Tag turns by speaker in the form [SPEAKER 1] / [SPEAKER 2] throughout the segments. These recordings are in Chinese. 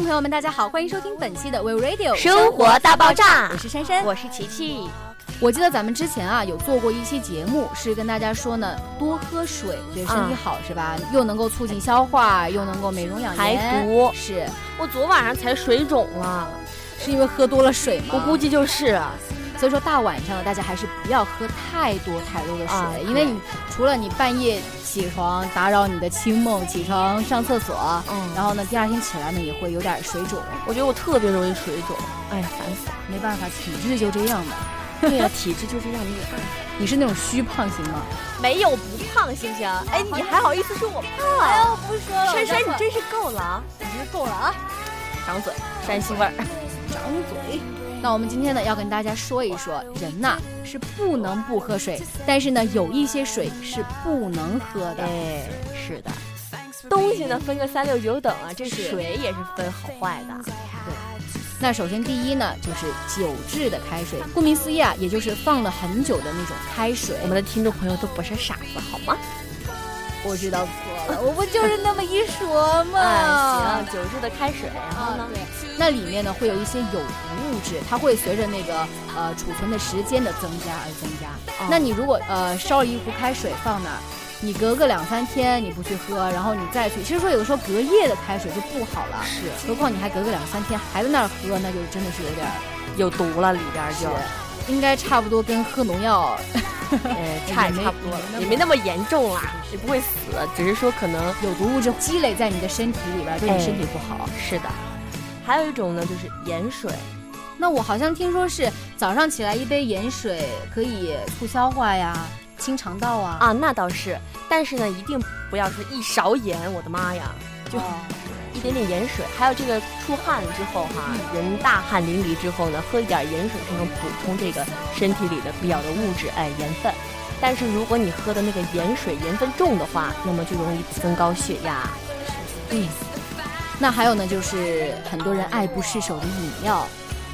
[SPEAKER 1] 朋友们，大家好，欢迎收听本期的 We Radio
[SPEAKER 2] 生活大爆炸
[SPEAKER 1] 我是珊珊，
[SPEAKER 2] 我是琪琪。
[SPEAKER 1] 我记得咱们之前啊有做过一期节目，是跟大家说呢，多喝水对身体
[SPEAKER 2] 嗯
[SPEAKER 1] 好、是吧？又能够促进消化，又能够美容养颜，
[SPEAKER 2] 排毒
[SPEAKER 1] 是
[SPEAKER 2] 我昨晚上才水肿了，
[SPEAKER 1] 是因为喝多了水吗？
[SPEAKER 2] 我估计就是啊，
[SPEAKER 1] 所以说大晚上的大家还是不要喝太多太多的水，
[SPEAKER 2] 啊对
[SPEAKER 1] 因为你除了你半夜起床打扰你的清梦，起床上厕所，
[SPEAKER 2] 嗯，
[SPEAKER 1] 然后呢第二天起来呢也会有点水肿，
[SPEAKER 2] 我觉得我特别容易水肿，哎呀，烦死了。
[SPEAKER 1] 没办法，体质就这样吧。
[SPEAKER 2] 对呀、体质就这样，你也办法。
[SPEAKER 1] 你是那种虚胖型吗？
[SPEAKER 3] 没有不胖，行不行？哎，你还好意思说我胖啊？哎呦，不说了珊珊，你真是够了啊！你真是够了啊！
[SPEAKER 2] 长嘴，山西味儿。
[SPEAKER 1] 那我们今天呢，要跟大家说一说，人呐、是不能不喝水，但是呢，有一些水是不能喝的。
[SPEAKER 2] 哎，是的，
[SPEAKER 3] 东西呢分个三六九等啊，这
[SPEAKER 1] 是
[SPEAKER 3] 水也是分好坏的。
[SPEAKER 1] 那首先第一呢，就是久置的开水，顾名思义啊，也就是放了很久的那种开水。
[SPEAKER 2] 我们的听众朋友都不是傻子，好吗？
[SPEAKER 1] 我知道错了，我不就是那么一说 吗
[SPEAKER 3] 哎，行，九制的开水，然后
[SPEAKER 1] 啊
[SPEAKER 3] 呢，？
[SPEAKER 1] 对，那里面呢会有一些有毒物质，它会随着那个呃储存的时间的增加而增加。
[SPEAKER 2] 哦
[SPEAKER 1] 那你如果呃烧了一壶开水放那儿，你隔个两三天你不去喝，然后你再去，其实说有的时候隔夜的开水就不好了，
[SPEAKER 2] 是
[SPEAKER 1] 何况你还隔个两三天还在那儿喝，那就真的是有点儿
[SPEAKER 2] 有毒了，里边儿
[SPEAKER 1] 是
[SPEAKER 2] 就，
[SPEAKER 1] 应该差不多跟喝农药
[SPEAKER 2] 哎，差也
[SPEAKER 1] 也没
[SPEAKER 2] 差不多了，
[SPEAKER 1] 也
[SPEAKER 2] 也
[SPEAKER 1] 没
[SPEAKER 2] 没
[SPEAKER 1] 那
[SPEAKER 2] 那么严重啦，也不会死，只是说可能
[SPEAKER 1] 有毒物质积累在你的身体里边儿，对你身体不好。
[SPEAKER 2] 是的。哎还有一种呢，就是盐水，
[SPEAKER 1] 那我好像听说是早上起来一杯盐水可以促消化呀，清肠道啊。
[SPEAKER 2] 啊，那倒是，但是呢，一定不要说一勺盐，我的妈呀，就
[SPEAKER 1] 哦
[SPEAKER 2] 一点点盐水，还有这个出汗之后哈，人大汗淋漓之后呢，喝一点盐水是能补充这个身体里的必要的物质，哎，盐分。但是如果你喝的那个盐水盐分重的话，那么就容易增高血压。嗯，
[SPEAKER 1] 那还有呢，就是很多人爱不释手的饮料。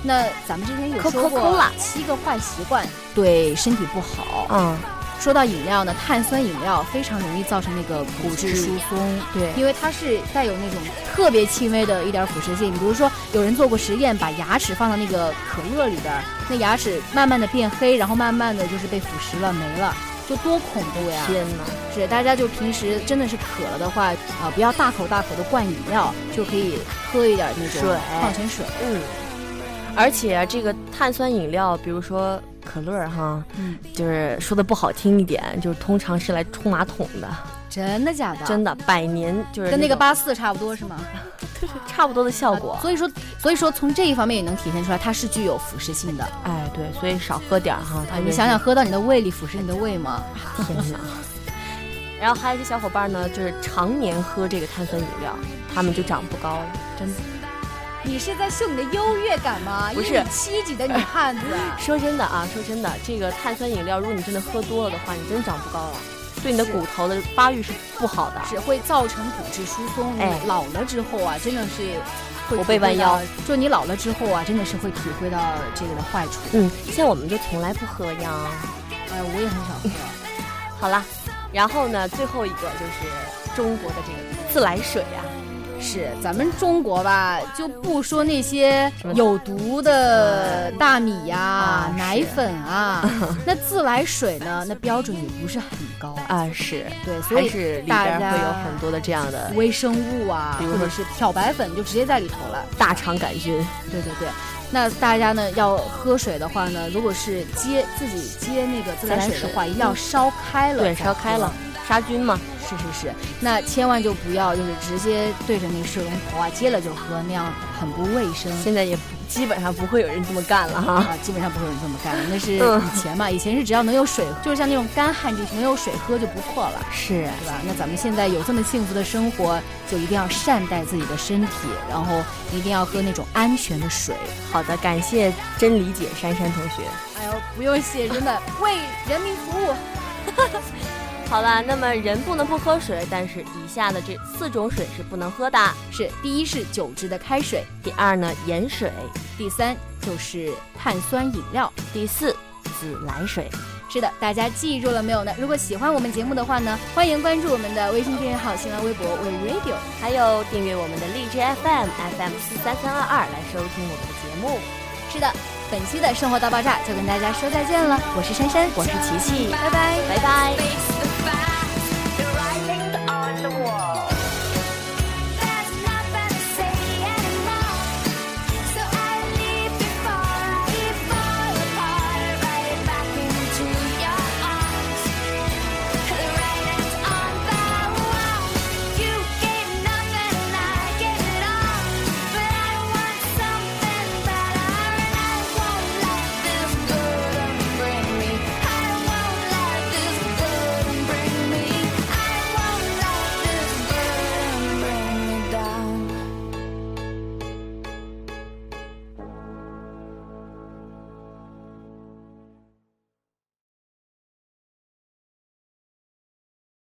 [SPEAKER 1] 那咱们之前有说过
[SPEAKER 2] Coca-Cola
[SPEAKER 1] 七个坏习惯对身体不好。
[SPEAKER 2] 啊，
[SPEAKER 1] 说到饮料呢，碳酸饮料非常容易造成那个骨质疏松，
[SPEAKER 2] 对，
[SPEAKER 1] 因为它是带有那种特别轻微的一点腐蚀性。比如说，有人做过实验，把牙齿放到那个可乐里边儿，那牙齿慢慢的变黑，然后慢慢的就是被腐蚀了，没了，就多恐怖呀！
[SPEAKER 2] 天哪，
[SPEAKER 1] 是，大家就平时真的是渴了的话，啊、不要大口大口的灌饮料，就可以喝一点那种
[SPEAKER 2] 水
[SPEAKER 1] 矿泉水。
[SPEAKER 2] 嗯。而且啊这个碳酸饮料，比如说可乐儿哈，
[SPEAKER 1] 嗯，
[SPEAKER 2] 就是说的不好听一点，就是通常是来冲马桶的，
[SPEAKER 1] 真的假的？
[SPEAKER 2] 真的，百年就是
[SPEAKER 1] 跟那个啊
[SPEAKER 2] 八
[SPEAKER 1] 八四差不多是吗？
[SPEAKER 2] 差不多的效果。
[SPEAKER 1] 所以说，所以说从这一方面也能体现出来，它是具有腐蚀性的。啊
[SPEAKER 2] 哎，对，所以少喝点儿哈。特别
[SPEAKER 1] 你
[SPEAKER 2] 是
[SPEAKER 1] 想想，，喝到你的胃里腐蚀你的胃吗？
[SPEAKER 2] 天 哪！然后还有一些小伙伴呢，就是常年喝这个碳酸饮料，他们就长不高了，真的。
[SPEAKER 1] 你是在秀你的优越感吗
[SPEAKER 2] 不是
[SPEAKER 1] 一米七几的女汉子，
[SPEAKER 2] 说真的啊，说真的，这个碳酸饮料，如果你真的喝多了的话，你真长不高了，对你的
[SPEAKER 1] 是
[SPEAKER 2] 骨头的发育是不好的。
[SPEAKER 1] 只会造成骨质疏松。你
[SPEAKER 2] 哎
[SPEAKER 1] 老了之后啊，真的是会体
[SPEAKER 2] 驼
[SPEAKER 1] 会
[SPEAKER 2] 背弯
[SPEAKER 1] 到
[SPEAKER 2] 腰。
[SPEAKER 1] 就你老了之后啊，真的是会体会到这个的坏处。
[SPEAKER 2] 嗯，像我们就从来不喝呀。
[SPEAKER 1] 哎，我也很少喝。
[SPEAKER 2] 好啦，然后呢，最后一个就是中国的这个自来水啊呀、
[SPEAKER 1] 是咱们中国吧，就不说那些
[SPEAKER 2] 什么嗯
[SPEAKER 1] 有毒的大米呀、
[SPEAKER 2] 啊
[SPEAKER 1] 奶粉 啊，那自来水呢，那标准也不是很高，
[SPEAKER 2] 啊，是，
[SPEAKER 1] 对，所
[SPEAKER 2] 还
[SPEAKER 1] 以
[SPEAKER 2] 是里边
[SPEAKER 1] 大
[SPEAKER 2] 儿会有
[SPEAKER 1] 家
[SPEAKER 2] 很多的这样的
[SPEAKER 1] 微生物啊
[SPEAKER 2] 比，如
[SPEAKER 1] 或
[SPEAKER 2] 说
[SPEAKER 1] 者是漂白粉就直接在里头了。
[SPEAKER 2] 大肠杆菌。
[SPEAKER 1] 对对对，那大家呢要喝水的话呢，如果是接自己接那个自来水的话，一定要烧开了，
[SPEAKER 2] 嗯对，嗯烧开了。，杀菌嘛。
[SPEAKER 1] 是是是，那千万就不要就是直接对着那水龙头啊接了就喝，那样很不卫生。
[SPEAKER 2] 现在也不基本上不会有人这么干了哈。
[SPEAKER 1] 啊，基本上不会有人这么 干的。那是
[SPEAKER 2] 嗯
[SPEAKER 1] 以前嘛，以前是只要能有水，就是像那种干旱地区能有水喝就不错了，
[SPEAKER 2] 是，
[SPEAKER 1] 对吧？那咱们现在有这么幸福的生活，就一定要善待自己的身体，然后一定要喝那种安全的水。
[SPEAKER 2] 好的，感谢真理解珊珊同学。
[SPEAKER 1] 哎呦，不用谢，真 的为人民服务。
[SPEAKER 2] 好啦，那么人不能不喝水，但是以下的这四种水是不能喝的。
[SPEAKER 1] 是，第一是久置的开水，
[SPEAKER 2] 第二呢，盐水；
[SPEAKER 1] 第三就是碳酸饮料，
[SPEAKER 2] 第四，自来水；
[SPEAKER 1] 是的，大家记住了没有呢？如果喜欢我们节目的话呢，欢迎关注我们的微信订阅号、新浪微博 We Radio。
[SPEAKER 2] 还有订阅我们的荔枝 FM FM 四三三二二来收听我们的节目。
[SPEAKER 1] 是的，本期的生活大爆炸就跟大家说再见了。我是珊珊，
[SPEAKER 2] 我是琪琪，
[SPEAKER 1] 拜拜。
[SPEAKER 2] 拜拜。